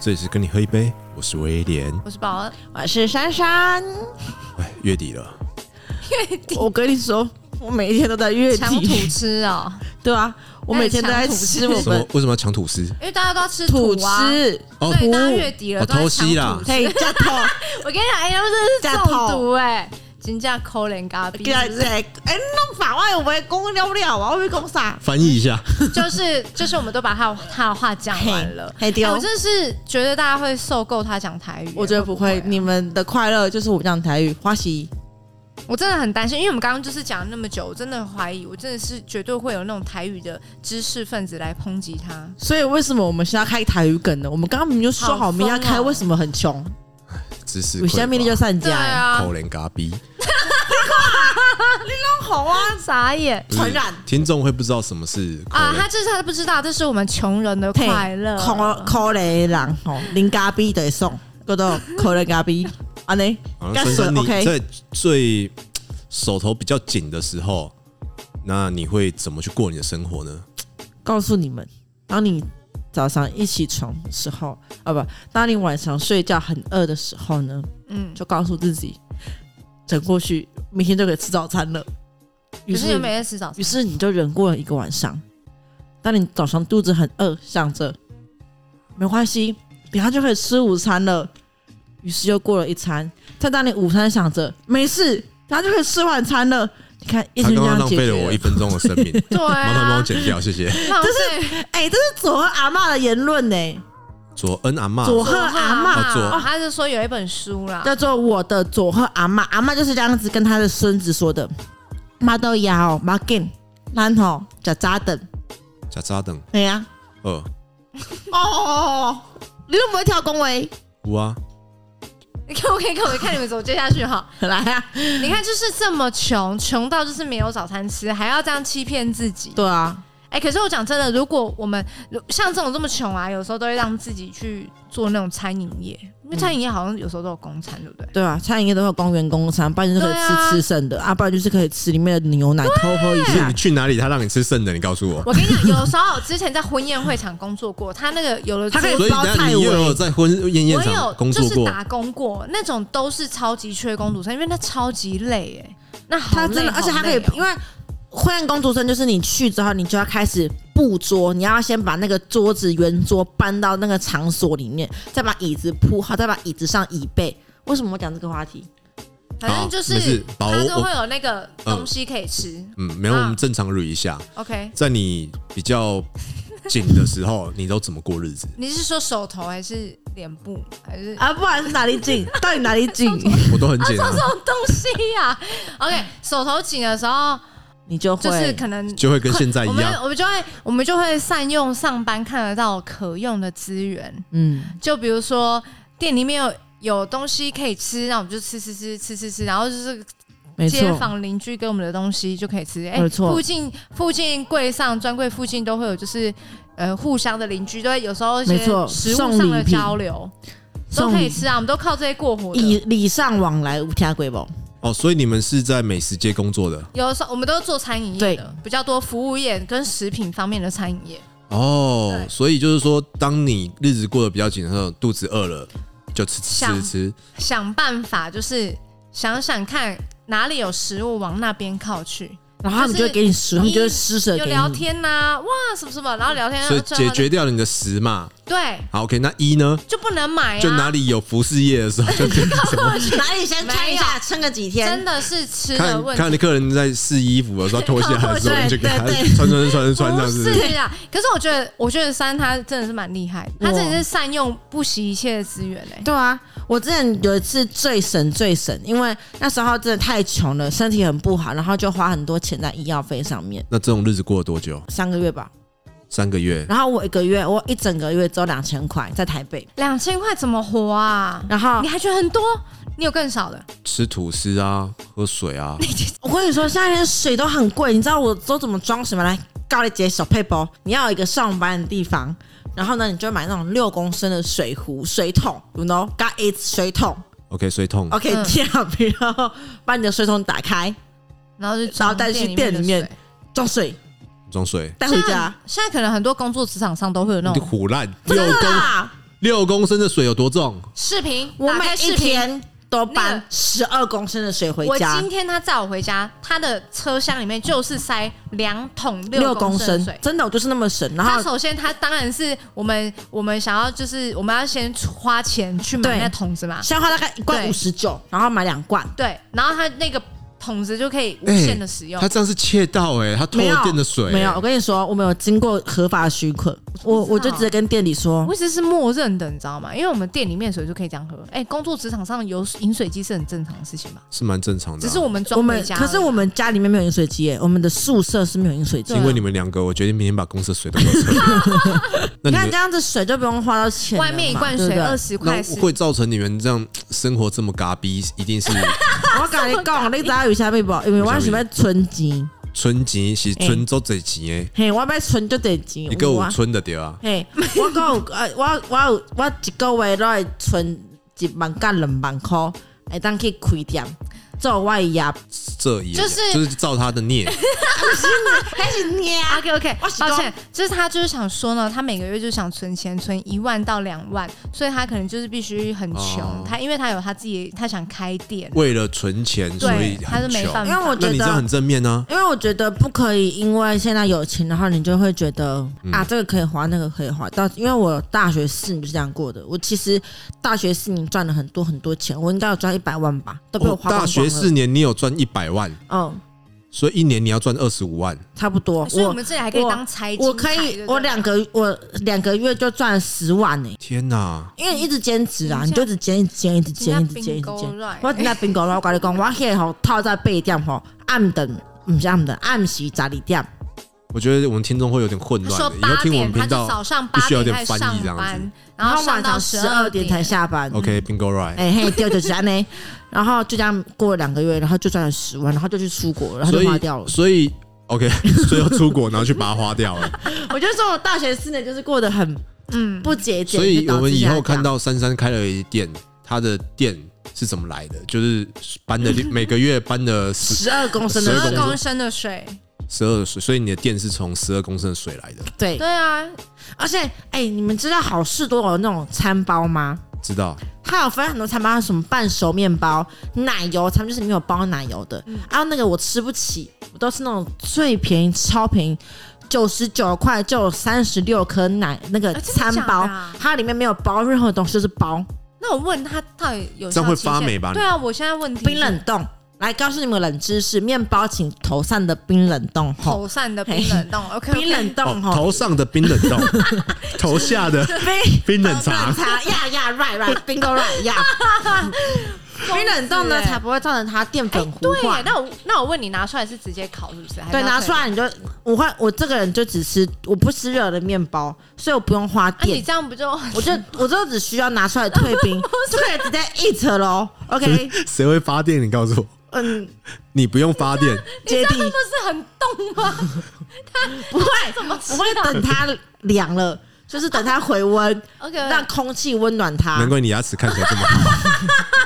这里是跟你喝一杯，我是威廉。我是宝儿，我是珊珊。哎，月底了， 我跟你说，我每一天都在 月抢土底，吃 哦，对啊，我每天都在吃我什么们为什么要哎抢吐司？因为大家都要吃土啊，吃，哦对，大家月底了哦都在抢偷袭啦土司嘿，加头，我跟你讲，哎呀，这假是中毒透哎，真正可怜 咖逼，加是不这，是哎，弄法外我们讲了不了啊，我们讲啥？翻译一下，就是就是我们都把他他的话讲完了。嘿嘿对哦哎我真的是觉得大家会受够他讲台语，我觉得不会，啊你们的快乐就是我们讲台语，花喜我真的很担心，因为我们刚刚就是讲了那么久，我真的怀疑，我真的是绝对会有那种台语的知识分子来抨击他。所以为什么我们现在开台语梗呢？我们刚刚明明就说好好明要疯开，哦为什么很穷？知识我现在命令就散对家，哎啊，口嘎逼，好啊，傻眼不是传染听众会不知道什么是口啊！连他这是他不知道，这是我们穷人的嘿啊快乐。可可怜人吼，零咖啡得送，叫做可怜咖 啡，安尼好，该像水珊珊你 OK，在最嘖手头比较紧的时候，那你会怎么去过你的生活呢？告诉你们，当你早上一起床的时候，啊不，当你晚上睡觉很饿的时候呢，嗯，就告诉自己，忍过去，明天就可以吃早餐了。于可是是有，没有吃早餐于？是你就忍过了一个晚上。当你早上肚子很饿，想着没关系，等下就可以吃午餐了。于是又过了一餐，再当你午餐想着没事，等下就可以吃晚餐了。你看，一他直刚这刚样浪解费决了我一分钟的生 命，对麻烦帮我啊，剪掉，谢谢。浪费哎、这是左和阿嬷的言论呢、左恩阿妈，左和阿嬷哦左啊他是说有一本书啦，叫做我的佐贺阿妈，阿妈就是这样子跟她的孙子说的，妈都牙哦，妈给，然后假扎等，假扎等对呀、二哦，你都不会跳恭维，五啊，你看我可以看我看你们怎么接下去 哈。来啊，你看就是这么穷，穷到就是没有早餐吃，还要这样欺骗自己。对啊，哎、可是我讲真的，如果我们如像这种这么穷啊，有时候都会让自己去做那种餐饮业，因为餐饮业好像有时候都有公餐，对不对？对啊，餐饮业都有公园公餐，不然就是可以对吃、啊吃剩的，啊，不然就是可以吃里面的牛奶偷喝一不是下你，去哪里？他让你吃剩的，你告诉我。我跟你讲，有时候我之前在婚宴会场工作过，他那个有的他可以所以包等下菜你又有尾在婚宴宴我场有工就作是过，打工过，那种都是超级缺工读生，因为那超级累哎、那好他真累的，而且好他可以累哦，因为婚宴公主生就是你去之后，你就要开始布桌，你要先把那个桌子圆桌搬到那个场所里面，再把椅子铺好，再把椅子上椅背。为什么我讲这个话题？反正就好没是事哦宝他都我会有那个东西可以吃。嗯，没有，啊我们正常捋一下， OK，在你比较紧的时候，你都怎么过日子？你是说手头还是脸部还 是啊，不管是哪里 紧，到底哪里紧，我都很紧啊，这种东西呀、OK，手头紧的时候，你就会就是可能就会跟现在一我们样。我们就会我们就会善用上班看得到可用的资源，嗯，就比如说店里面有有东西可以吃，那我们就吃吃吃吃吃吃，然后就是没街错，坊邻居给我们的东西就可以吃。哎、没错附近附近柜上专柜附近都会有，就是呃互相的邻居都会有时候一些没错食物送上的礼品交流都送可以礼吃啊，我们都靠这些过活的。以礼尚往来，无家贵宝。哦，所以你们是在美食街工作的有的时候我们都是做餐饮业的，比较多服务业跟食品方面的餐饮业。哦对。所以就是说，当你日子过得比较紧的时候，肚子饿了就吃吃像吃吃，想办法就是想想看哪里有食物往那边靠去，然后他们就会给你食物，他们就会施舍有给聊你。天呐、哇什么什么，然后聊天，所以然后最解后决掉了你的食嘛。对好，OK，那一呢？就不能买就啊，哪里有服饰业的时候，就 哪里先撑一没下，撑个几天真，的是吃的 看问看题。你客人在试衣服的时候，脱下来的时候，对你就给他对穿穿穿穿穿不上，是不是？是啊，可是我觉得，我觉得三他真的是蛮厉害的，哇他真的是善用不惜一切的资源欸嘞、对啊，我之前有一次最省最省，因为那时候真的太穷了，身体很不好，然后就花很多钱在医药费上面，那这种日子过了多久？三个月吧。三个月。然后我一个月，我一整个月只有两千块在台北，两千块怎么活啊？然后你还觉得很多？你有更少的？吃吐司啊，喝水啊，我跟你说，现在连水都很贵，你知道我都怎么装什么来？告你姐小配包，你要有一个上班的地方，然后呢，你就买那种六公升的水壶、水桶，you know，got it 水桶 OK，水桶。 ，OK，嗯这样，然后把你的水桶打开，然后就然后带去店里面装的水装水装水，带回家，啊现在可能很多工作职场上都会有那你种虎烂真六的啊公啦，六公升的水有多重？视频，啊我打每开一视频。天都那搬个十二公升的水回我家今，天他载我回家，他的车厢里面就是塞两桶六公升的水，。真的，我就是那么神。然他后首先，他当然是我们我们想要就是我们要先花钱去买对那桶子嘛，消耗大概一罐对五十九，然后买两罐，对，然后他那个桶子就可以无哎限的使用他。这样是窃盗哎，他偷没有了店的水、哎没有，我跟你说，我们有经过合法许可，我我就直接跟店里说啊我，一直是默认的，你知道吗？因为我们店里面水就可以这样喝。哎、工作职场上有饮水机是很正常的事情嘛，是蛮正常的啊、只是我们我装回们家而已。可是我们家里面没有饮水机耶，我们的宿舍是没有饮水机对啊因。为你们两个，我决定明天把公司的水都给我 撤了那你你看们这样子水就不用花到钱了嘛，外面一罐对水不对二十块是那会造成你们这样生活这么嘎逼，一定是我甲你讲，你知影为啥要无？因为我想要存钱，存 钱是哎存足侪钱诶，嘿，我要存足多钱。一个有五啊，存的对啊，嘿，我讲有，呃，我我有，我一个月都会存一万到两万箍，会当去开店做我的业。这一就是就是照他的 孽，还是你啊？ OK OK，我是抱说歉，就是他就是想说呢，他每个月就想存钱，存一万到两万，所以他可能就是必须很穷。哦他因为他有他自己，他想开店，为了存钱所以对，他是很没穷办。因为法。我那觉你这样得很。正面啊，因为我觉得不可以，因为现在有钱，然后你就会觉得、嗯啊，这个可以花，那个可以花。到因为我大学四年就是这样过的，我其实大学四年赚了很多很多钱，我应该有赚一百万吧，都被我哦花大光光了。学四年你有赚一百万，嗯，所以一年你要赚二十五万，差不多。所以我我们这里还可以当财经我可台对啊以不，对我两个我两个月就赚十万呢、天哪！因为一直兼职啊，你你这就样只兼一直兼，一直兼，一人直家兼，一直 bingo 兼 right。我那边讲，我跟你讲，我迄吼套在八点吼，暗顿毋是暗顿，暗时十二点。我觉得我们听众会有点混他乱说的，以后八听我们频点，他就早道上必八须要有点点开始翻上译这样班子，然后上晚到上十十二点点才。下班。 OK bingo right，哎嘿，对，就是这样呢。然后就这样过了两个月，然后就赚了十万，然后就去出国，然后所就花掉了以。所以 OK，所 以要出国然后去把它花掉了。 我就说我大学四年就是过得很嗯，不节俭，所以就导我致们以现在后看这样到珊珊开了一店，她的店是怎么来的？就是搬 的每个月搬的十十二公升的12十二公升公升的水，十二水，所以你的店是从十二公升的水来的，对对啊，而且，哎、你们知道好事多有那种餐包吗？知道？它有分很多餐包，什么半熟面包、奶油餐，就是没有包奶油的。还有、那个我吃不起，我都是那种最便宜、超便宜，九十九块就有三十六颗奶那个呃真的餐假的包，啊它里面没有包任何东西，就是包那我问他到底有这样效会期发限霉吧对啊，我现在问题冰是冷冻。来告诉你们个冷知识，面包请投上的冰冷冻吼，头上的冰冷冻，OK，冰 冷冻哦，吼，头上的冰冷 冻，头下的冰冰冷啊茶。茶呀呀 right right，bingo right 呀。冰冷冻呢才不会造成它淀粉糊哎对化。耶。那我那我问你，拿出来是直接烤是不是？还是对，要哎拿退出来你就我会，我这个人就只吃，我不吃热的面包，所以我不用花啊，你电，这样不就我就我就只需要拿出来退 冰，这个人直接 eat 喽，OK，谁会发电？你告诉我，嗯，你不用发电，接 地你这样不是很冻 吗？不会，怎么吃我会的等它凉了，就是等它回 温， ？OK，让空气温暖它啊难，怪你牙齿看起来这么 好。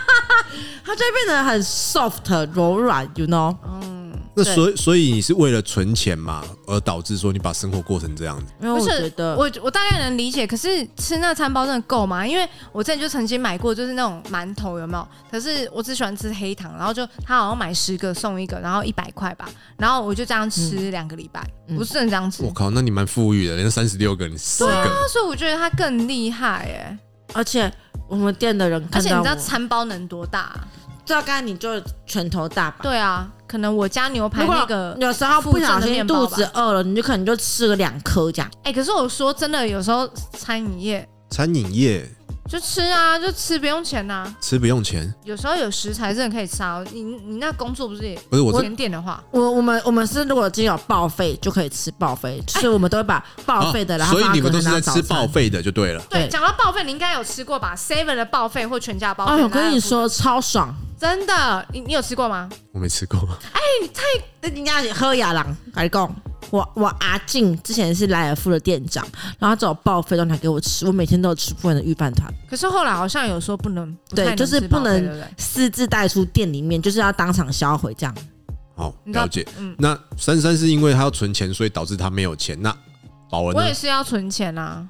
它就会变得很 soft 柔软，you know，那对所以所以你是为了存钱嘛，而导致说你把生活过成这样子。因为不我是觉得我我大概能理解，可是吃那餐包真的够吗？因为我之前就曾经买过，就是那种馒头有没有？可是我只喜欢吃黑糖，然后就他好像买十个送一个，然后一百块吧，然后我就这样吃嗯两个礼拜，不是很这样吃我。靠，那你蛮富裕的，连三十六个你四个，那所以我觉得他更厉害哎，而且我们店的人而看且你到知道我，餐包能多大啊？大概你就拳头大吧。对啊，可能我家牛排如那果个有时候不小心肚附赠的面子饿了，你就可能就吃了两颗这样。哎、可是我说真的，有时候餐饮业餐饮业就吃啊，就吃不用钱呐、吃不用钱，有时候有食材真的可以烧，你你那工作不是也不是我这甜点的话，我我们我们是如果今天有报废就可以吃报废，就是我们都会把报废的，哦然后所以把它你们都隔是在成当吃哎早餐报。废的就对了。对，对讲到报废，你应该有吃过吧？Seven 的报废或全家报废，哎，我哪跟有你不，说超爽，真的，你你有吃过吗？我没吃过， 人家喝雅郎还讲。我我阿静之前是莱尔富的店长，然后他只有报废都拿给我吃，我每天都有吃不完的预饭团，可是后来好像有说不能，不太对，能就是吃不报废对能不对私自带出店里面，就是要当场销毁这样。好你知道了解。嗯，那珊珊是因为她要存钱，所以导致她没有钱。那保文我呢也？是要存钱啊。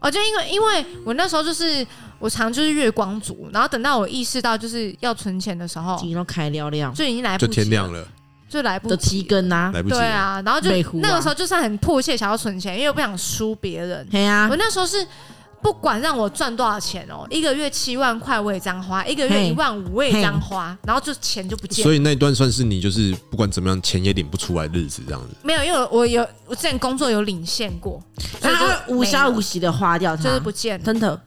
哦，就因为因为我那时候就是我常就是月光族，然后等到我意识到就是要存钱的时候，今天开了了就已经来不就及天亮了，就来不的及七根呐、来不及对了。啊，然后就美湖啊那个时候就是很迫切想要存钱，因为我不想输别人。嘿啊啊呀、我那时候是不管让我赚多少钱哦，一个月七万块我也这样花，一个月嘿一万五我也这样花，然后就钱就不见了。所以那一段算是你就是不管怎么样，钱也领不出来日子这样子。没有，因为我我有我之前工作有领现过，所以就他无消无息的花掉它，就是不见了。真的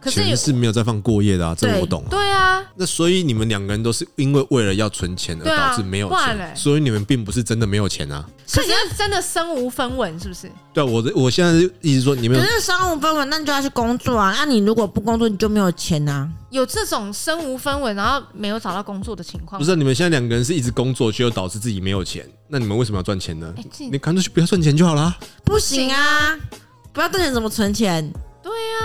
可是有钱是没有在放过夜的啊，这对我懂、啊。对啊，那所以你们两个人都是因为为了要存钱而对啊导致没有不然钱，嘞所以你们并不是真的没有钱啊。所以你是真的身无分文，是不是？对啊，我的我现在是一直说你们可有是商务分文，那你就要去工作啊。那、你如果不工作，你就没有钱啊呐、有这种身无分文，然后没有找到工作的情况不？是啊、你们现在两个人是一直工作，却又导致自己没有钱，那你们为什么要赚钱呢？哎这你干脆就不要赚钱就好啦。不行啊！不要赚钱怎么存钱？啊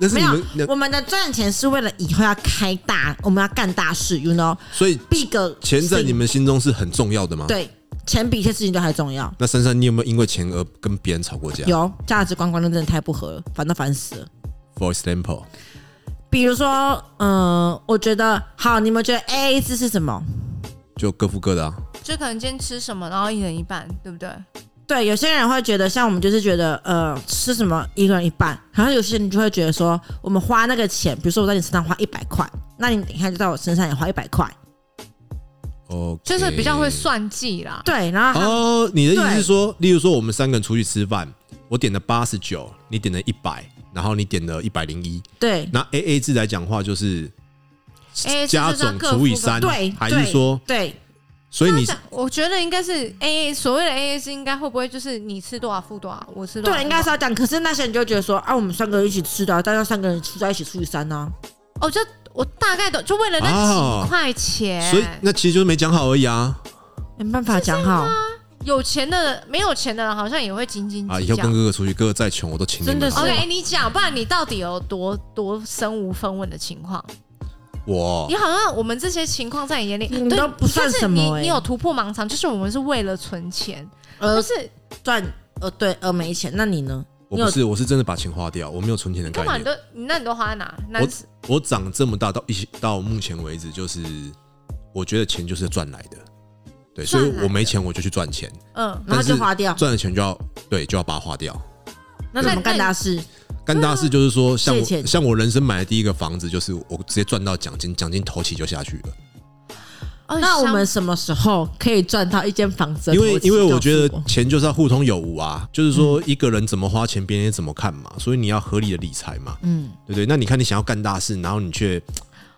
但是没你有们，两，我们的赚钱是为了以后要开大，我们要干大事，you know，big 所以 thing。钱在你们心中是很重要的吗？。对钱比一切事情都还重要。那珊珊，你有没有因为钱而跟别人吵过架有价值观观念真的太不合了，烦都烦死了。 ？For example，比如说，嗯，我觉得好，你们觉得 A A 制是什么？就各付各的啊。就可能今天吃什么，然后一人一半，对不对？对，有些人会觉得，像我们就是觉得，呃，吃什么一个人一半，然后有些人就会觉得说，我们花那个钱，比如说我在你身上花一百块，那你等一下就在我身上也花一百块，哦，就是比较会算计啦。对，然后他、哦，你的意思是啊对说，例如说我们三个人出去吃饭，我点了八十九，你点了一百，然后你点了一百零一，对那 A A 制来讲话就是 AA 制加就是要总各付除以各三，对，还是说，对所以你但我觉得应该是 A A，所谓的 A A 是应该会不会就是你吃多少付多少，我吃对多少付多少？对，应该是要这样。可是那些人就觉得说，啊，我们三个人一起吃的啊，但要三个人吃在一起除以三呢、哦，就我大概懂，就为了那几块钱，啊所以那其实就是没讲好而已啊没办法讲好，有钱的没有钱的人好像也会斤嗯斤啊！计以后较跟。哦哥哥出去，哥哥再穷我都请你真的们是。 OK，哎你讲，不然你到底有多多身无分文的情况？我哦你好像我们这些情况在你眼里你对嗯都不算就是什么你哎你有突破盲肠，就是我们是为了存钱，呃不是赚呃对呃没钱，那你呢？我你有不是我是真的把钱花掉，我没有存钱的概干嘛你念。都你那你都花在哪？男生我长这么大到一到目前为止，就是我觉得钱就是赚来的，对，所以赚我来的没钱我就去赚钱，嗯，然后就但是花掉，赚的钱就要对就要把它花掉。那怎么干大事？干大事就是说，像借我钱像我人生买的第一个房子，就是我直接赚到奖金，奖金头起就下去了。哦那我香们什么时候可以赚到一间房子的因投资？为因为我告诉觉得钱就是要互通有无啊，就是说一个人怎么花钱，别人也怎么看嘛，所以你要合理的理财嘛，嗯，对不对？那你看你想要干大事，然后你却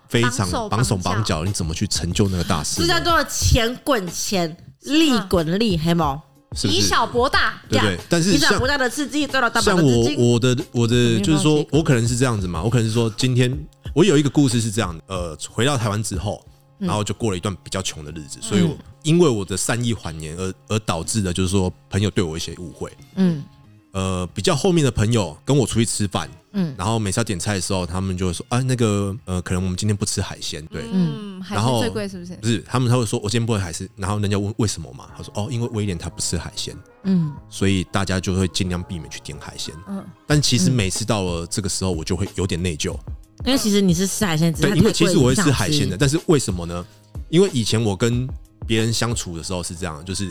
非常绑绑手手绑绑脚，你怎么去成就那个大事这呢？叫做钱滚钱，利滚利，黑毛。是不以是？小博大，对不对？但是你找像不到的刺激，赚到大把像的资我金。我的我的没就是办说法，我可能是这样子嘛，我可能是说今天我有一个故事是这样的，呃，回到台湾之后，嗯然后就过了一段比较穷的日子，所以我因为我的善意谎言而而导致的，就是说朋友对我一些误会，嗯，呃，比较后面的朋友跟我出去吃饭，嗯嗯，然后每次要点菜的时候，他们就会说，啊，那个呃，可能我们今天不吃海鲜，对。嗯，还然后是最贵是不是？不是，他们他会说，我今天不吃海鲜，然后人家问为什么嘛，他说哦，因为威廉他不吃海鲜，嗯，所以大家就会尽量避免去点海鲜。嗯但其实每次到了这个时候，我就会有点内疚。因为其实你是吃海鲜，只是对，它因为太其贵实我会你不吃想海鲜的，但是为什么呢？因为以前我跟别人相处的时候是这样，就是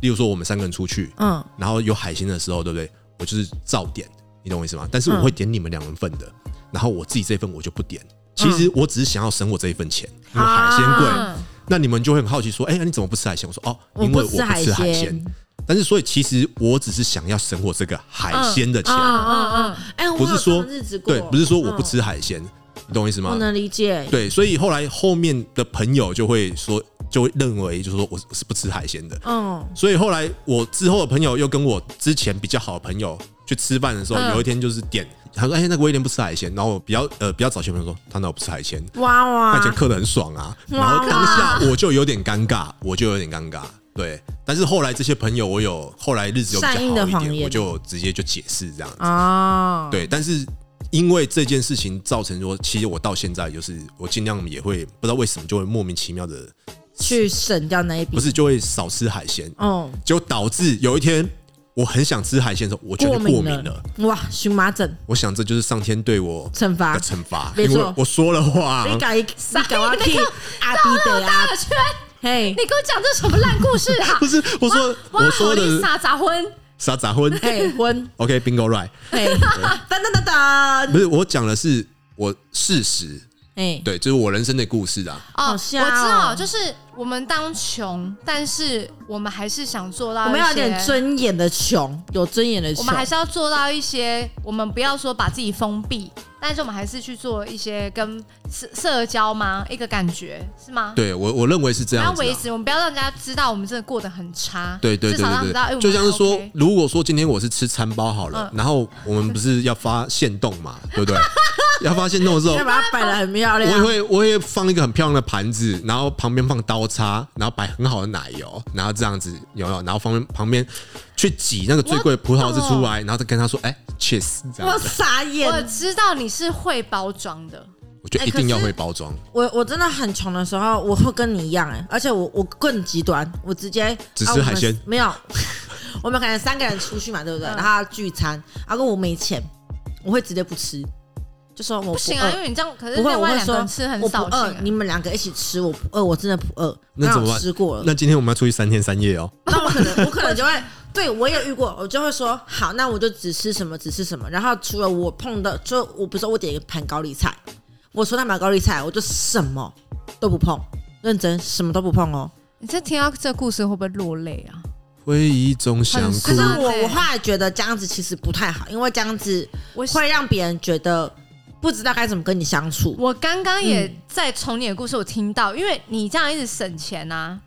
例如说我们三个人出去，嗯，然后有海鲜的时候，对不对？我就是照点，你懂我意思吗？但是我会点你们两人份的，然后我自己这份我就不点。其实我只是想要省我这一份钱，因为海鲜贵。嗯那你们就会很好奇说：“哎、呀，你怎么不吃海鲜？”我说：“哦，我因为我不不吃吃海海鲜鲜。”但是，所以其实我只是想要省我这个海鲜的钱，啊嗯嗯嗯，哎、我不有是这种说日子过，对，不是说我不吃海鲜，你懂我意思嗯，我吗？能理解。对，所以后来后面的朋友就会说，就会认为就是说我是我是不吃海鲜的。嗯，所以后来我之后的朋友又跟我之前比较好的朋友去吃饭的时候，嗯有一天就是点，他说：“哎、那个威廉不吃海鲜。”然后我比较呃比较早前朋友说：“他哪有不吃海鲜？哇他以前哇，刻的很爽啊。”然哇后当下我就有点尴尬，我就有点尴尬。对，但是后来这些朋友，我有后来日子有比较善意的好一谎点，言我就直接就解释这样子。哦，对，但是因为这件事情造成说，其实我到现在就是我尽量也会不知道为什么就会莫名其妙的，去省掉那一笔，不是就会少吃海鲜，哦，就导致有一天我很想吃海鲜的时候，我觉得过敏敏了了。，嗯哇，荨麻疹我想这就是上天对我嗯惩罚的。惩罚，没因错为我说了话。你搞一，你搞傻啊眼去阿弟的啊，大圈，嘿你，给我讲这什么烂故事啊？不是我说哇我说哇好的丽莎杂婚，傻杂婚嘿，婚， ，OK bingo right， 嘿， 噔噔噔噔，不是我讲的是我事实，嘿，对，就是我人生的故事啊。哦，好我笑哦知道，就是我们当穷，但是我们还是想做到一我些，们要有点尊严的穷，有尊严的我穷们，还是要做到一些，我们不要说把自己封闭，但是我们还是去做一些跟社社交吗？一个感觉是吗？对我我认为是这我们样要子维啊。持，我们不要让人家知道我们真的过得很差。对对至对少让对知道，哎，我对，就们像是说 OK，如果说今天我是吃餐包好了，嗯然后我们不是要发现动嘛，对 不对？要发现动的时候要，把它摆的很漂我也亮，会我也放一个很漂亮的盘子，然后旁边放刀叉，然后摆很好的奶油，然后这样子有没有？然后旁边旁边去挤那个最贵的葡萄汁出哦来，然后再跟他说：“哎、c h e e s e 这我样子。傻我眼，知道你是会包装的，我觉得哎一定要可是会包装，我我真的很穷的时候，我会跟你一样哎、而且我我更极端，我直接只啊吃我海们鲜没有， 我们可能三个人出去嘛，对不对？嗯然后要聚餐，然后我没钱，我会直接不吃，就说我不不行饿啊，因为你这样，可是不会，另我外会两个说人吃很我不扫兴饿啊，。你们两个一起吃，我不饿，我真的不饿。那怎么刚好办吃过了，那今天我们要出去三天三夜哦、那我可能 我可能就会，对我也遇过，我就会说好，那我就只吃什么只吃什么。然后除了我碰的，就我不是我点一盘高丽菜，我说那盘高丽菜，我就什么都不碰，认真什么都不碰哦。你这听到这故事会不会落泪啊？回忆中想哭可很是是啊我对我后来觉得这样子其实不太好，因为这样子我会让别人觉得不知道该怎么跟你相处，我刚刚也在从你的故事，我听到，因为你这样一直省钱啊，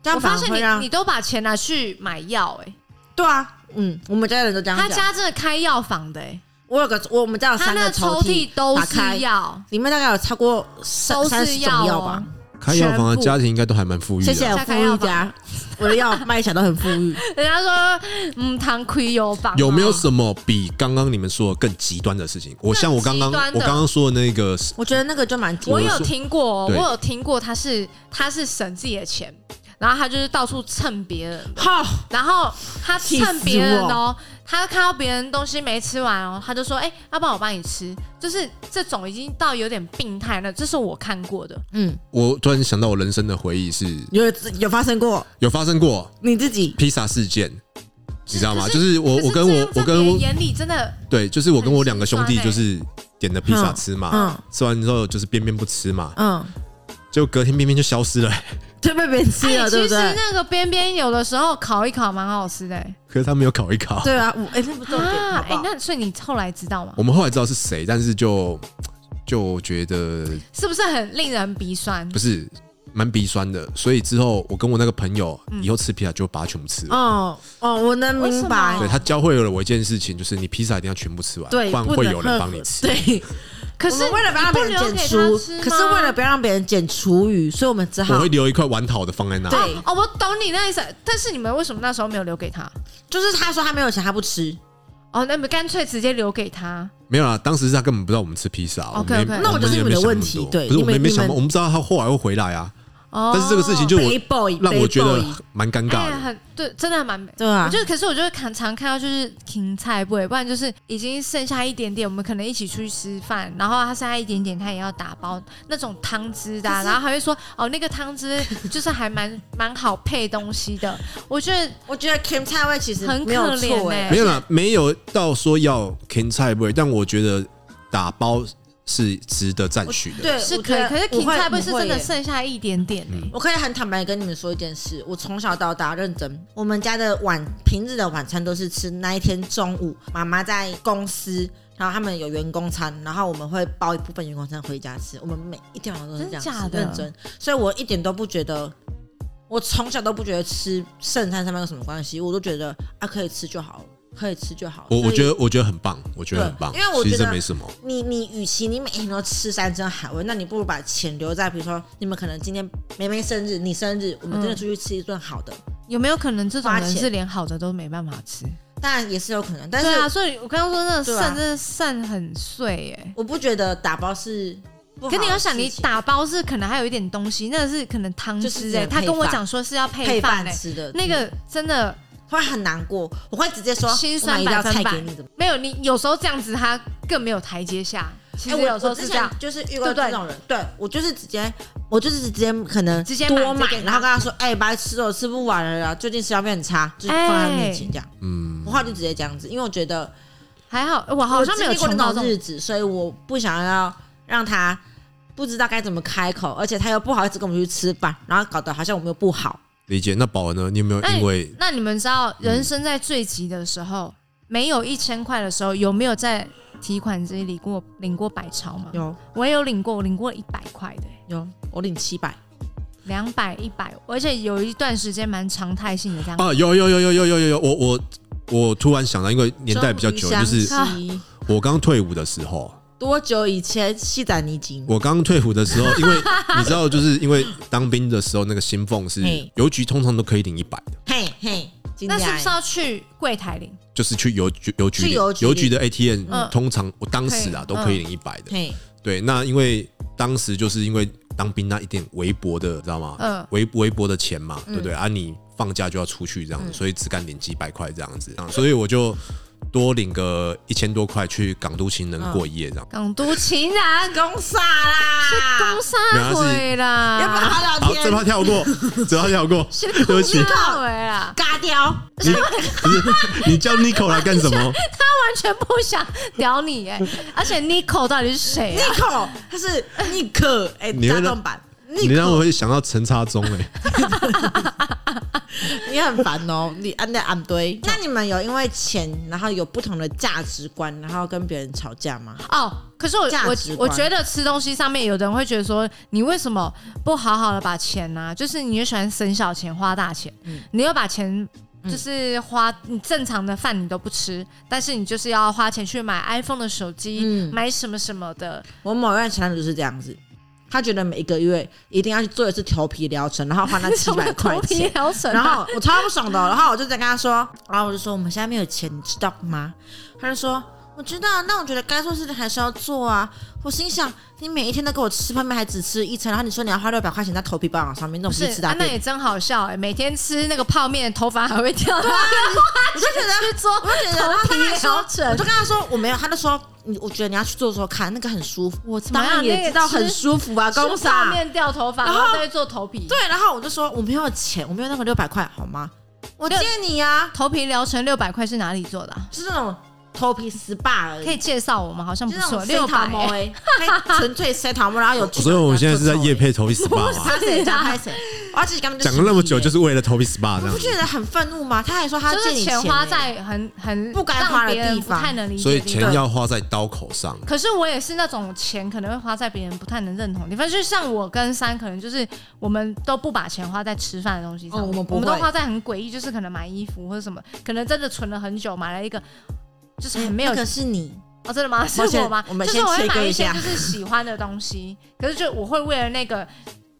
这样我反发而现会让你你都把钱拿去买药，哎，对啊，嗯，我们家人都这样他讲。家真的开药房的，哎，我有个我们家有他三那个抽屉屉都打开是药，里面大概有超过三都三是十种药药哦吧。开药房全的部家庭应该都还蛮富裕的谢啊、谢富裕家， 我的药卖起来都很富裕。人家说嗯，糖亏有房有没有什什么比刚刚你们说的更极端的事情？我像我刚刚更极端我的刚刚说的那个是， 我觉得那个就蛮极我端的，有听过，我对有听过，他是他是省自己的钱，然后他就是到处蹭别人，好然后他气死蹭别人我哦，他看到别人东西没吃完哦，他就说：“哎、要不然我帮你吃。”就是这种已经到有点病态了，这是我看过的。嗯，我突然想到我人生的回忆是有有发生过有发生过你自己披萨事件，你知道吗？可就是我可我跟这样我我在别跟人我眼里真的对，就是我跟我两个兄弟很就心酸欸是点的披萨吃嘛，嗯吃完之后就是边边不吃嘛，嗯，结果隔天边边就消失了、欸就被别人吃啊哎、了，对其不实对？那个边边有的时候烤一烤蛮好吃的、哎可是他没有烤一烤。对啊，我哎，那不重点，好啊，不哎、好？那所以你后来知道吗我？们后来知道是谁，但是就就觉得是不是很令人鼻酸不？是蛮鼻酸的，所以之后我跟我那个朋友以后吃披萨就把它全部吃完。嗯哦哦，我能明白为什对么，他教会了我一件事情，就是你披萨一定要全部吃完，对，不然不会能有人帮你吃。对，可我是们为了不要让你别不人留捡给厨他吃，吗可是为了不要让别人捡厨余，所以我们只我好会留一块完好的放在那。对哦，我懂你那意思，但是你们为什么那时候没有留给他？就是他说他没有钱，他不吃，哦，那你们干脆直接留给他。没有啦，当时是他根本不知道我们吃披萨，我 OK，OK 们也那我就是也你没们的想那问么题多对不是你我们也们没想你到，们我们知道他后来会回来啊，哦，但是这个事情就我 b boy，让我觉得蛮尴尬哎的。很对，真的蛮美。对啊我，就可是我就会常常看到就是芹菜不不然就是已经剩下一点点，我们可能一起出去吃饭，然后他剩下一点点，他也要打包那种汤汁的啊、然后还会说哦那个汤汁就是还蛮蛮好配东西的，我觉得我觉得 Kim 菜味其实很没有可怜错哎、欸没有啦，没有到说要 can 菜味，但我觉得打包是值得赞许的。对，是我可以，觉得可是芹我会菜不是真的。我会耶剩下一点点、嗯欸，我可以很坦白地跟你们说一件事，我从小到大认真，我们家的晚平日的晚餐都是吃那一天中午，妈妈在公司，然后他们有员工餐，然后我们会包一部分员工餐回家吃，我们每一天晚上都是这样吃，真假的认真，所以我一点都不觉得。我从小都不觉得吃剩餐上面有什么关系，我都觉得啊可以吃就好了，可以吃就好了。我我所以觉得我觉得很棒，我觉得很棒，对因为我其实觉得这没什么。你你与其你每天都吃山珍海味，那你不如把钱留在，比如说你们可能今天梅梅生日，你生日，我们嗯真的出去吃一顿好的，有没有可能这种花人钱是连好的都没办法吃？当然也是有可能，但对啊，是所以我刚刚说那个对肾、啊真的肾很碎哎、我不觉得打包是不好的可你要想，你事情打包是可能还有一点东西，那个是可能汤就是汁只哎、能他配跟我饭讲说是要配配饭饭哎、吃的那个真的会很难过，我会直接说心我买酸一道百分菜百给你怎么？没有你有时候这样子，他更没有台阶下。其哎、实我有时候我之是前这样，就是遇过对不对这种人，对我就是直接，我就是直接可能直接买多买这个，然后跟他说，哎、白吃了，吃不完了啦，最近吃消费很差，就是放在他面前这样，嗯我，话就直接这样子，因为我觉得还好我哎好像没有我经历过穷那到这种种。日子，所以我不想要让他不知道该怎么开口，而且他又不好意思跟我们去吃饭，然后搞得好像我们又不好。理解。那宝儿呢？你有没有那你因为那你们知道人生在最急的时候，没有一千块的时候，有没有在提款机领过领过百钞吗？有我也有领过，我领过一百块的、有，我领七百，两百、一百，而且有一段时间蛮常态性的哦这样。啊？有有有有有有有有，我我我突然想到，因为年代比较久，终于就是想起我刚退伍的时候，多久以前西仔尼金？我刚退伍的时 候，因为你知道，就是因为当兵的时候，那个薪俸是嘿邮局通常都可以领一百的，嘿嘿，今那天是不是要去柜台领？就是去邮局邮局去领邮局邮局的 ATM，、嗯通常我当时啊可以都可以领一百的。嘿，对，那因为当时就是因为当兵那一点微薄的，知道吗？嗯微微薄的钱嘛，对不对？啊，你放假就要出去这样子，所以只敢领几百块这样子，啊所以我就多领个一千多块去港都情人过夜这样。港都情人，公傻啦啊公，杀没有它是回 要不要啦，好聊好，这天？趴跳过，这趴跳过，是对不公起，杀回啦，嘎掉，你不是你叫 Nico 来干什么？完全不想屌你哎、而且 Nico 到底是谁尼啊？克，他是尼克，哎，你会加让重版，你让我会想到陈插中哎、你很烦哦，你按在按堆。那你们有因为钱，然后有不同的价值观，然后跟别人吵架吗？哦，可是我价我值观我觉得吃东西上面，有的人会觉得说，你为什么不好好的把钱呢、就是你又喜欢省小钱花大钱，你又把钱。就是花你正常的饭你都不吃，但是你就是要花钱去买 iPhone 的手机，嗯买什么什么 的，我某一任前男友就是这样子，他觉得每一个月一定要去做一次头皮疗程，然后花那七百块 头皮钱。疗程啊，然后我超不爽的，然后我就在跟他说，然后我就说我们现在没有钱，你知道吗？他就说我知道，那我觉得该做的事情还是要做啊。我心想，你每一天都给我吃泡面，还只吃一餐，然后你说你要花六百块钱在头皮保养上面，那不种是去吃大啊，那便，也真好笑哎、每天吃那个泡面，头发还会掉。 我就觉得去做我就觉得，然后啊 头他皮还说疗，程我就跟他说我没有，他就说你，我觉得你要去做做看，那个很舒服。我怎么当样然那也个知道吃很舒服啊，公吃泡傻。面掉头发，然然后后再去做头皮。对，然后我就说我没有钱，我没有那个六百块，好吗？我借六你呀、啊，头皮疗程六百块是哪里做的啊、是那种头皮 SPA 而已，可以介绍我们，好像就不是那错，种六塞百、桃毛欸。哎，可以纯粹塞桃毛，然后有菌。所以我们现在是在夜配头皮 SPA 嘛，拍谁讲 拍谁，而且他们讲了那么久就是为了头皮 SPA 这欸你样不觉子，得很愤怒吗？他还说他就借是你钱欸花在很很不该花让的别人地方不太能理解所以的地方钱要花在刀口上。可是我也是那种钱可能会花在别人不太能认同的地方，就像我跟三可能就是我们都不把钱花在吃饭的东西上面，哦我们不都会花在很诡异，就是可能买衣服或者什么，可能真的存了很久买了一个，就是很没有、那个是你，哦，真的吗？是抱歉我吗？我们就是先我切会割买一一些下就是喜欢的东西，可是就我会为了那个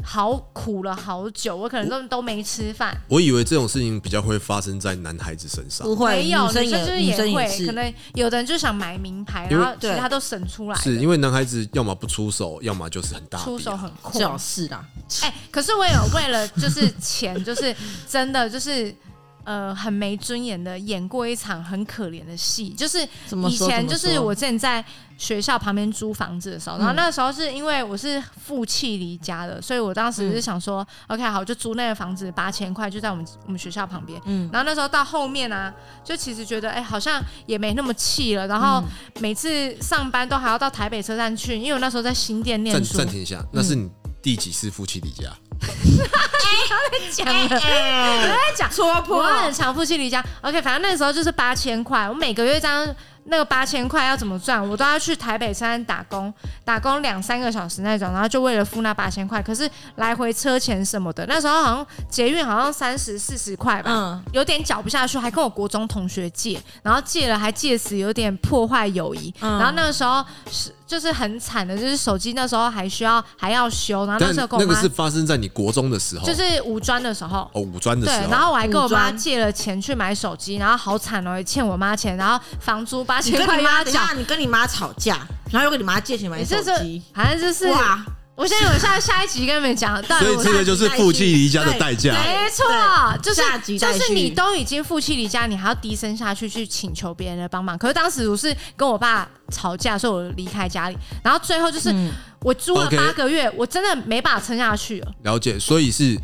好苦了好久，我可能都都没吃饭。我以为这种事情比较会发生在男孩子身上，不会，没有，女生女生就是也女生也也会，可是，能有的人就想买名牌，因为然后其他都省出来的，是因为男孩子要么不出手，要么就是很大出笔手啊。很阔最。好是啦。哎、可是我有为了就是钱，就是真的就是呃很没尊严的演过一场很可怜的戏，就是怎么以说前怎么就是说嗯我之前在学校旁边租房子的时候，然后那时候是因为我是负气离家的，所以我当嗯时是想说、o k 好，就租那个房子八千块，就在我们我们学校旁边。嗯然后那时候到后面啊，就其实觉得哎、好像也没那么气了。然嗯后每次上班都还要到台北车站去，因为我那时候在新店念暂书。嗯啊暂停一下，那是你第几次夫妻离家？讲 了，我在讲戳破我很常夫妻离家。OK，反正那个时候就是八千块，我每个月这样那个八千块要怎么赚，我都要去台北车站打工，打工两三个小时那种，然后就为了付那八千块。可是来回车钱什么的，那时候好像捷运好像三十四十块吧。嗯，有点缴不下去，还跟我国中同学借，然后借了还借此有点破坏友谊。嗯然后那个时候是就是很惨的，就是手机那时候还需要还要修，然后那但时候跟那我个妈是发生在你国中的时候，就是五专的时候，哦五专的对时，然候，后我还跟我五妈专借了钱去买手机，然后好惨哦，也欠我妈钱，然后房租八你千跟块你又要妈等一缴下，，你跟你妈吵架，然后又跟你妈借钱买你手这是机，反正就是哇，我现在有下下一集跟你们讲，但所以我这个就是负气离家的代价。没错，就是下集就再是续你都已经负气离家，你还要低声下去去请求别人的帮忙。可是当时我是跟我爸吵架，所以我离开家里，然后最后就是、嗯我租了 OK 八个月，我真的没办法撑下去了。了解，所以是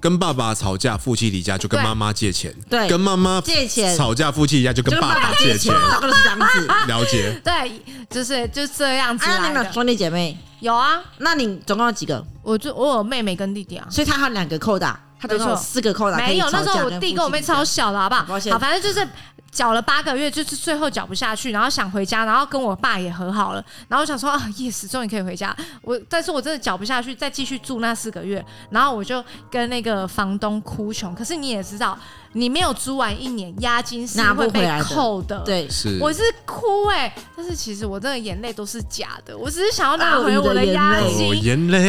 跟爸爸吵架，夫妻离家就跟对妈妈借钱，对跟妈妈借钱吵架，夫妻离家就跟跟爸爸爸爸借借钱钱，，大概是这样子。了解。对，就是就这样子啊，那来你们的。有兄弟姐妹？有啊，那你总共有几个？我就我有妹妹跟弟弟啊。所以他还有两个扣打，他总共有没错四个扣打可没以有，那吵时架候我跟弟夫跟我妻妹比超小的，好不好？抱歉好，反正就是缴了八个月，就是最后缴不下去，然后想回家，然后跟我爸也和好了，然后我想说啊，yes，终于可以回家。我但是我真的缴不下去，再继续住那四个月，然后我就跟那个房东哭穷。可是你也知道，你没有租完一年，押金是拿不会回被来的扣的。。对，是， 我是哭哎、但是其实我真的眼泪都是假的，我只是想要拿鳄鱼回我的眼押泪哦，金。眼 泪。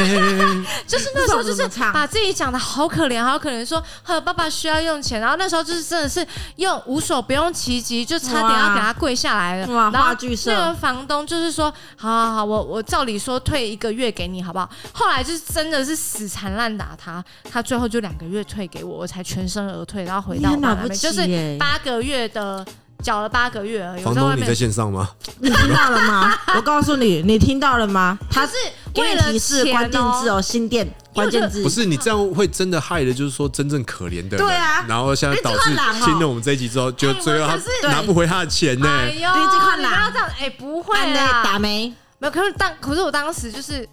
就是那时候就不知道是怎么唱把自己讲的好可怜，好可怜，说呵爸爸需要用钱，然后那时候就是真的是用无所不用其极，就差点要给他跪下来了。哇然后话剧社那个房东就是说，好好好，我我照理说退一个月给你好不好？后来就是真的是死缠烂打他，他最后就两个月退给我，我才全身而退，然后回到你很我了不起就是耶八个月的。缴了八个月而已，我房在外东，你面在线上吗？ 你听到了吗？ 我告诉你，你听到了吗？他是给为你了提示钱关键字哦哦，新店关键嗯字不是，你这样会真的害了，就是说真正可怜的人。对啊然后现在导致哎这个懒哦听了我们这一集之后，就哎最后我他可是拿不回他的钱呢。哎呦，对这块你啦不要这样，哎，不会按啦的，打没没有，可是当可是我当时就是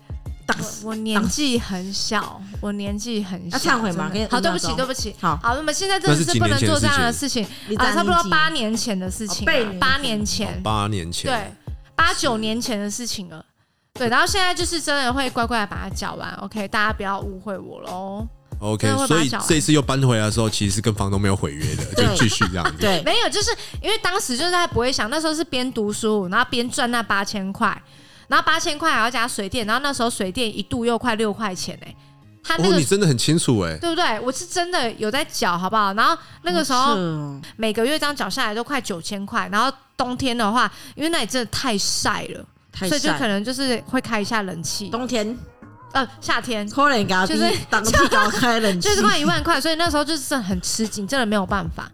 打我我年纪很小，我年纪很小，要忏悔吗真的给好，五秒对不起，钟对不起。好好，那么现在真的那是是几不年能前的做这样的事事情你啊，大差不多年纪八年前的事情哦八啊年，八年前，八年前，对，八九年前的事情了。对，然后现在就是真的会乖乖的把它缴完，OK，大家不要误会我喽。 OK，真的会所以把它缴完这次又搬回来的时候，其实是跟房东没有毁约的，就对继续这样子。哦对，没有，就是因为当时就是还不会想，那时候是边读书，然后边赚那八千块，然后八千块还要加水电，然后那时候水电一度又快六块钱哎、他那哦，个你真的很清楚哎。对不对？我是真的有在缴，好不好？然后那个时是候哦每个月这样缴下来都快九千块，然后冬天的话，因为那里真的太晒了，太所以就晒可能就是会开一下冷气。冬天呃，夏天可能咖就是啡，当地 搞开冷气就，是快一万块，所以那时候就是真的很吃紧，真的没有办法。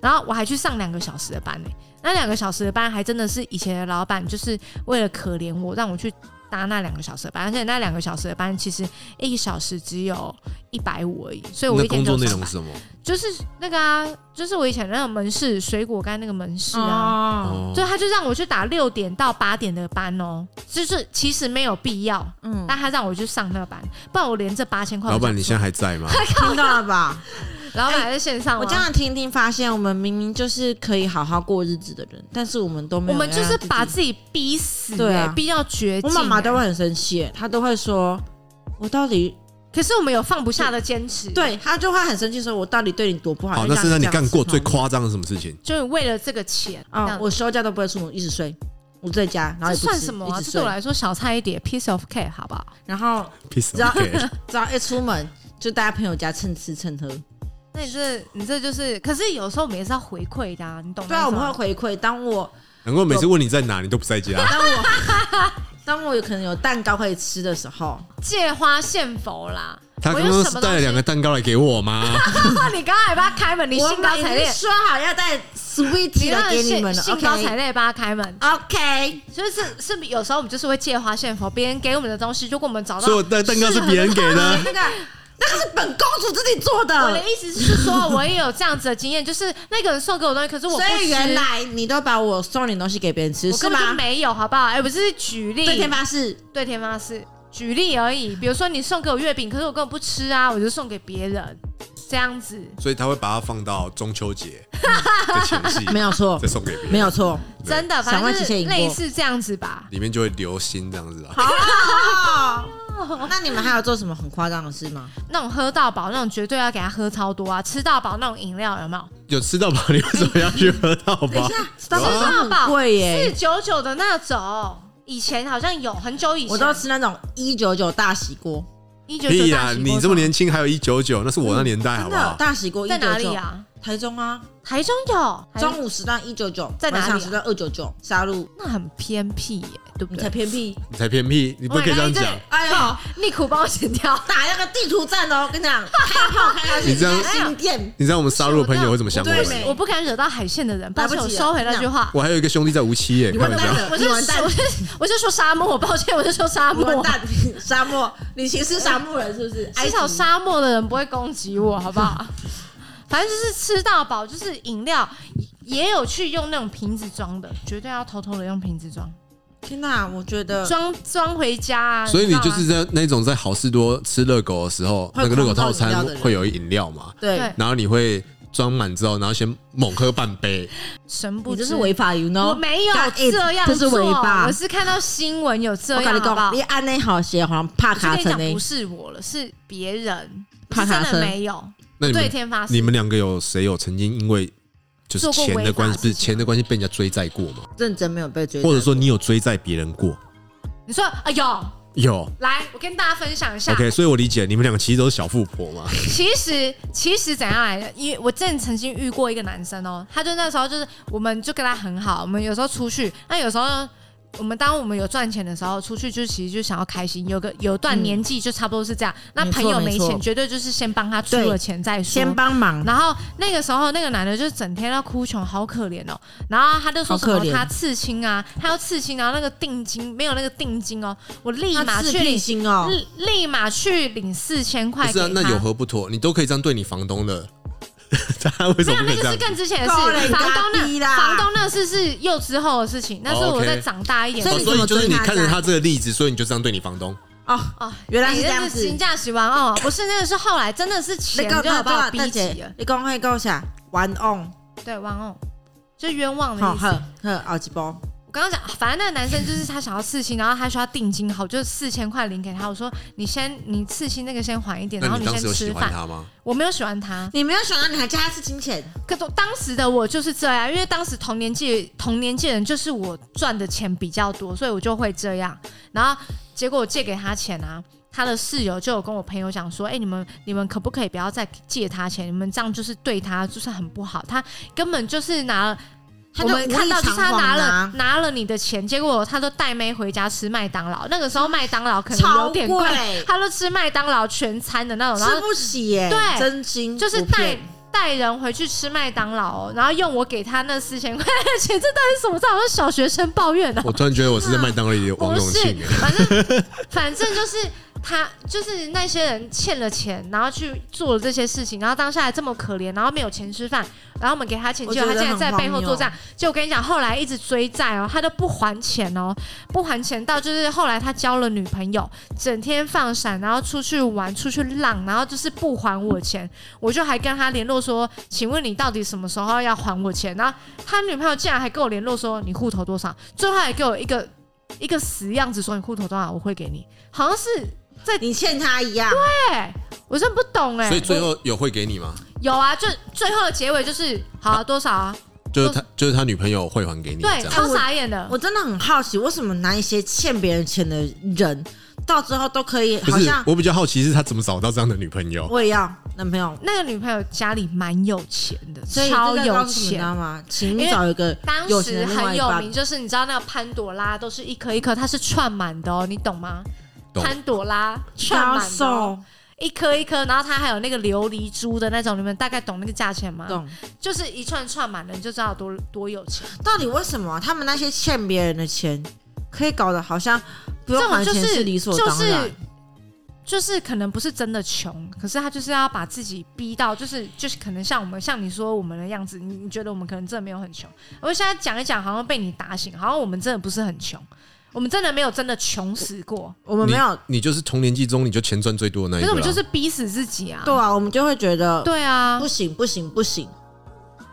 然后我还去上两个小时的班呢、欸那两个小时的班还真的是以前的老板就是为了可怜我，让我去搭那两个小时的班，而且那两个小时的班其实一个小时只有一百五而已，所以我那一工天作就内上容班是。什么？就是那个啊，就是我以前那个门市水果干那个门市啊，哦，哦所以他就让我去打六点到八点的班哦，就是其实没有必要，嗯，但他让我去上那个班，不然我连这八千块我老想说，板，你现在还在 吗？听到了啊吧？老板还在线上吗，啊哎我这样听听，发现我们明明就是可以好好过日子的人，但是我们都没我有。们就是把自己逼死、欸，对啊逼到绝境、我欸。妈妈都会，很生气，她都会说：“我到底可是我们有放不下的坚持，，对她就会很生气，说我到底对你多不好？”好，就那让身上你这样干子过弄最夸张的什么事情？就是为了这个钱这啊！样我休假都不会出门，一直睡，我在家，然这后也不算吃什么啊？一直这对睡我来说小菜一碟，piece of cake，好不好？然后 Peace 然 o 后 k 只要一出门就待在朋友家蹭吃蹭喝。那你这你这就是，可是有时候我们也是要回馈的、啊，你懂吗？对啊，我们会回馈。当我难怪每次问你在哪，你都不在 家。当我当我有可能有蛋糕可以吃的时候，借花献佛啦。他我刚有刚什是么带了两个蛋糕来给我吗？东西 你刚刚还帮他开门，你我兴高们采已经烈，说好要带 sweetie 让来给你兴们了兴高采，OK 烈帮他开门。 OK。就是是不是有时候我们就是会借花献佛，别人给我们的东西，如果我们找到所以我的蛋糕是别人给 的。那个那个是本公主自己做哦我的的，意思是说，我也有这样子的经验，就是那个人送给我东西，可是我不所以吃，原来你都把我送你的东西给别人吃我是根本就吗？没有，好不好？哎、我是举例，对天 发誓，对天发誓，举例而已。比如说你送给我月饼，可是我根本不吃啊，我就送给别人，这样子所以他会把它放到中秋 节的前夕，没有错再，送给别人，没有错。对真的，反想正问就琪是琪赢过类似这样子吧。里面就会流心这样子啊。那你们还有做什么很夸张的事吗？那种喝到饱那种，绝对要给他喝超多啊！吃到饱那种饮料有没有？有吃到饱，你为什么要去喝到饱？吃有啊吃到饱很贵四耶，九九的那种，以前好像有，很久以前。我都吃那种一九九大喜锅，一九屁啊九呀！你这么年轻还有一九九，那是我那年代好真不的好？大喜锅在哪里199？啊？台中啊，台中有，台中午时段一九九，在哪里啊晚上时段二九九，沙鹿，那很偏僻耶，对不你才对？偏僻。你才偏僻，你不可以这样讲。哎呦，你苦帮我剪掉，打那个地图站哦，跟你讲，开炮开到哎你这样新店，你知道我们杀入的朋友会怎么想我对们没？我不敢惹到海线的人，抱哎来不歉，我及了收回那句话。我还有一个兄弟在无期耶，你开完玩笑。蛋了，我你是完蛋我，是我是说沙漠，抱歉，我是说沙 你完漠。蛋，沙漠，你其实是沙漠人是不是？至少埃及沙漠的人不会攻击我，好不好？ 反正就是吃到饱，就是饮料也有去用那种瓶子装的，绝对要偷偷的用瓶子装，天哪，我觉呃得装装回家啊。 所以你知道就吗是在那种在好事多吃热狗的时候，会那个热狗碰到套饮料餐的人会有饮料嘛，对对，然后你会装满之后，然后先猛喝半杯，神不你知这是违法，you 我 know？没有干这样这是做，违法我是看到新闻有这我跟样，你好不好讲，你？按那好鞋好像怕我就卡跟你层讲，呢不。是我了，是别人，我怕是真卡的车没有那你对们天发誓。你们两个有谁有曾经因为就是啊做过钱违的法关系，的不是事情钱的关系被人家追债过吗？认真没有被追到，或者说你有追债别人过？你说啊有，有。来，我跟大家分享一下。 OK，所以我理解你们两个其实都是小富婆 嘛。其实其实怎样来的？因为我之前曾经遇过一个男生哦，他就那时候就是，我们就跟他很好，我们有时候出去，那有时候呢我们当我们有赚钱的时候出去，就其实就想要开心。有个有段年纪就差不多是这样，那嗯没错朋友没没错钱，绝对就是先帮他出对了钱再说。先帮忙，然后那个时候，那个男的就整天要哭穷，好可怜哦。然后他就说什好么可怜他刺青啊，他要刺青，然后那个定金没有那个定金哦，我立马他去自闭领，心哦，立立马去领四千不块是给啊他。，那有何不妥？你都可以这样对你房东了， 他为什没么有，不可那以这样？个是更之前的够了事。你房东给他逼那啦房东那事是幼之后的事情，那是哦我，OK 在长大一点。所哦以所以就是你看你怎么追着他他这个例子，所以你就这样对你房东。哦，哦，原来是这样哎子那评价十万哦，不是那个是后来真的是你钱讲就要那把大我逼大急了姐，，你讲迄个啥？玩 on，对，万哦，就冤枉的好意思好。好，后一波。我刚刚讲，反正那个男生就是他想要刺青，然后他需要定金，好，就是四千块领给他。我说你先，你刺青那个先还一点，然那后你当先时有喜吃欢饭。他 吗？我没有喜欢他，你没有想到，你还加他是金钱，可是当时的我就是这样，因为当时同年纪同年纪人就是我赚的钱比较多，所以我就会这样。然后结果我借给他钱啊，他的室友就有跟我朋友讲说：“哎、你们你们可不可以不要再借他钱？你们这样就是对他就是很不好，他根本就是拿了。” 他我就们看到就是他无力偿拿还了啊拿了你的钱，结果他都带妹回家吃麦当劳。那个时候麦当劳可能超有点贵，贵他都吃麦当劳全餐的那种，然后吃不起耶，对真心就是不带骗带人回去吃麦当劳、哦，然后用我给他那四千块的钱，这到底什么事？好像小学生抱怨哦、我突然觉得我是在麦当劳里的王不永是庆 耶，，反正反正就是他，就是那些人欠了钱，然后去做了这些事情，然后当下还这么可怜，然后没有钱吃饭，然后我们给他钱，我结觉果他得竟然很在背后荒谬做这样。就我跟你讲，后来一直追债哦，他都不还钱哦，不还钱到就是后来他交了女朋友，整天放闪，然后出去玩，出去浪，然后就是不还我钱，我就还跟他联络说，请问你到底什么时候要还我钱？然后他女朋友竟然还跟我联络说你户头多少，最后还给我一个一个死样子说你户头多少我会给你，好像是你欠他一样，哎、我真不懂哎、所以最后有会给你吗？有啊，就最后的结尾就是好、啊、多少啊？就是他，就是他女朋友会还给你，这对，样超傻眼的。我真的很好奇，为什么拿一些欠别人钱的人，到最后都可以，不好是像，我比较好奇是他怎么找到这样的女朋友。我也要男朋友，那个女朋友家里蛮有钱的，所以超这个有告诉你知钱。道吗？请你因为找一个当有钱时的另外很一有半名，，就是你知道那个潘朵拉都是一颗一颗，它是串满的哦，你懂吗？懂潘朵拉串销满的哦、售一颗一颗，然后它还有那个琉璃珠的那种，你们大概懂那个价钱吗？懂。就是一串串满的，你就知道有多多有钱。到底为什么他们那些欠别人的钱，可以搞得好像不这用种还就钱是理所就当然？是就是可能不是真的穷，可是他就是要把自己逼到，就是就是可能像我们像你说我们的样子，你你觉得我们可能真的没有很穷，我现在讲一讲，好像被你打醒，好像我们真的不是很穷，我们真的没有真的穷死过，我们没有，你，你就是同年纪中你就钱赚最多的那可一是个啊我啦。们就是逼死自己啊，对啊，我们就会觉得对啊不，行不行不行，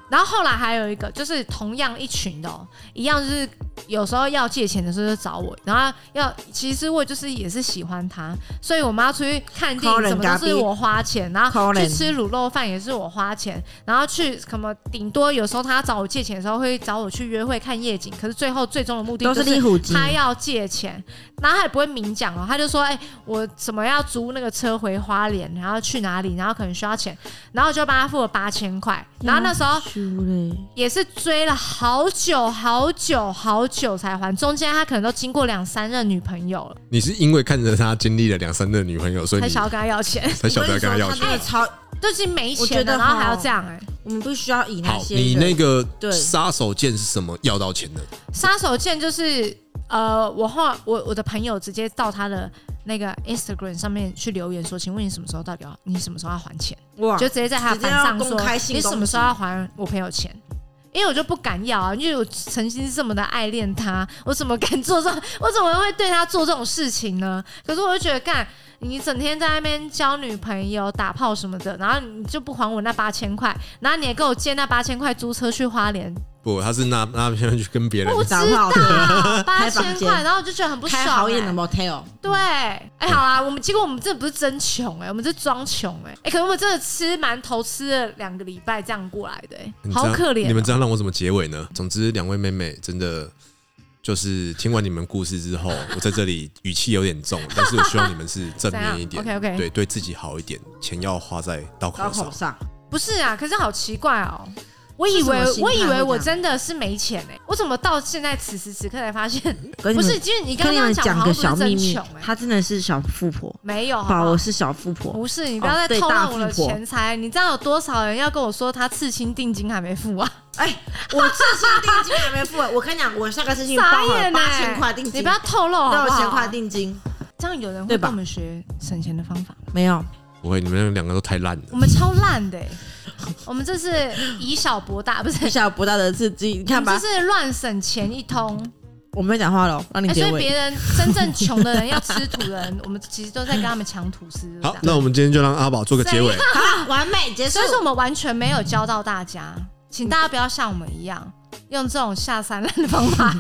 然后后来还有一个，就是同样一群的、哦，一样就是有时候要借钱的时候就找我，然后要其实我就是也是喜欢他，所以我们要出去看电影什么都是我花钱，然后去吃卤肉饭也是我花钱，然后去什么顶多有时候他找我借钱的时候会找我去约会看夜景，可是最后最终的目的都就是立虎机，他要借钱，然后他也不会明讲哦，他就说：“哎、我什么要租那个车回花莲，然后去哪里，然后可能需要钱，然后就帮他付了八千块。”然后那时候输嗯嘞，也是追了好久好久好久才还，中间他可能都经过两三任女朋友了，你是因为看着他经历了两三任女朋友，所以才你想要跟他要钱，才晓得要跟他要我跟你说钱真。的超， 都已经没我觉钱得了，然后还要吼这样哎、我们必须要以那好，些你那人个对杀手锏是什么？要到钱的，杀手锏就是呃，我后我我的朋友直接到他的那个 Instagram 上面去留言说，请问你什么时候到底要你什么时候要还钱？哇就直接在他的板上直接要说公开性你攻击什么时候要还我朋友钱？因为我就不敢要啊，因为我曾经是这么的爱恋他，我怎么敢做这种， 我怎么会对他做这种事情呢？可是我就觉得，干，你整天在那边交女朋友、打炮什么的，然后你就不还我那八千块，然后你也跟我借那八千块租车去花 莲，不，他是拿拿钱去跟别人不知打炮道啊八开千房间块，然后我就觉得很不爽、开欸。好一点的 motel，对，哎、好啦，我们结果我们这不是真穷哎、我们这装穷哎，哎、可能我们真的吃馒头吃了两个礼拜这样过来的、哎你这好样可怜哦、你们这样让我怎么结尾呢？总之，两位妹妹真的就是听完你们故事之后，我在这里语气有点 重，但是我希望你们是正面一点怎样？OK，OK 对，对自己好一点，钱要花在刀口高上口。上，不是啊，可是好奇怪哦、我以是什为么心态我以会这为样我真的是没钱哎、我怎么到现在此时此刻才发现？跟你不们是，因为你刚跟刚你那们样讲好个像不小是秘真密穷，哎、她真的是小富婆，没有好不宝好儿？是小富婆，不是，你不要哦再对偷大了富我的婆钱财！你知道有多少人要跟我说他刺青定金还没付啊？哎，我这次定金还没付，我跟你讲，我下个星期傻包了眼八哎、千块定金，你不要透露好不六好？千块定金，这样有人会对吧跟我们学省钱的方法吗，没有，不会，你们两个都太烂了我。们超烂的 欸、我们这是以小博大，不是？小不大的刺激，你我看吧们，这是乱省钱一通，我没有讲话了，让你哎，所结以尾别。人真正穷的人要吃土的人， 我们其实都在跟他们抢土司。好，这样那我们今天就让阿宝做个结尾。好，啊完美结束所以。说我们完全没有教到大家，请大家不要像我们一样用这种下三滥的方 法，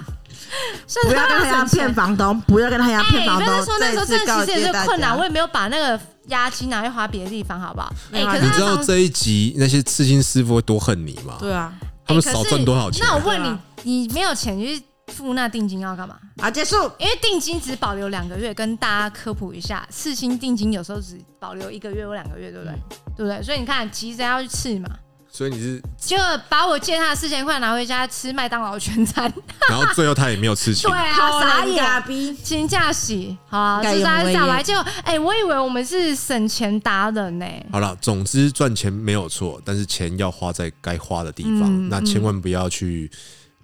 甚不至要跟他一样骗房东，不要跟他一样骗哎，房不东。要再说那时候再真次的告其实也诫是大困家难，我哎也没有把那个押金拿去花别的地方，好不好？哎、没有啊可是 你那知道时候这一集那些刺青师傅会多恨你吗？对啊，他们欸少可是赚多少钱啊那我问你，你没有钱你去付那定金要干嘛？好，结束。因为定金只保留两个月，跟大家科普一下，刺青定金有时候只保留一个月或两个月，对不对？嗯对不对？所以你看，急着要去刺嘛，所以你是，结果把我借他的四千块拿回家吃麦当劳全 餐，然后最后他也没有刺青 对。啊，傻眼。逼！请假洗，好啊，该就是有他我下来，也结果哎、我以为我们是省钱达人呢、好了，总之赚钱没有错，但是钱要花在该花的地方，嗯那千万不要去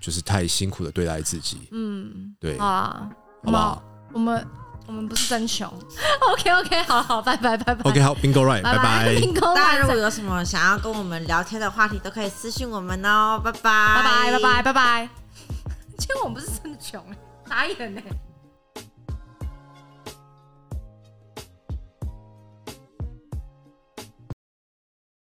就是太辛苦的对待自己。嗯，对，好啊，好不好我们？我们我们不是真穷 ，OK OK，好好，拜拜拜拜？OK，好 ，Bingo right， 拜拜拜。天空大家万如果载，有什么想要跟我们聊天的话题，都可以私信我们哦。拜拜，欸拜拜拜拜拜拜。结果我们不是真的穷，傻眼呢。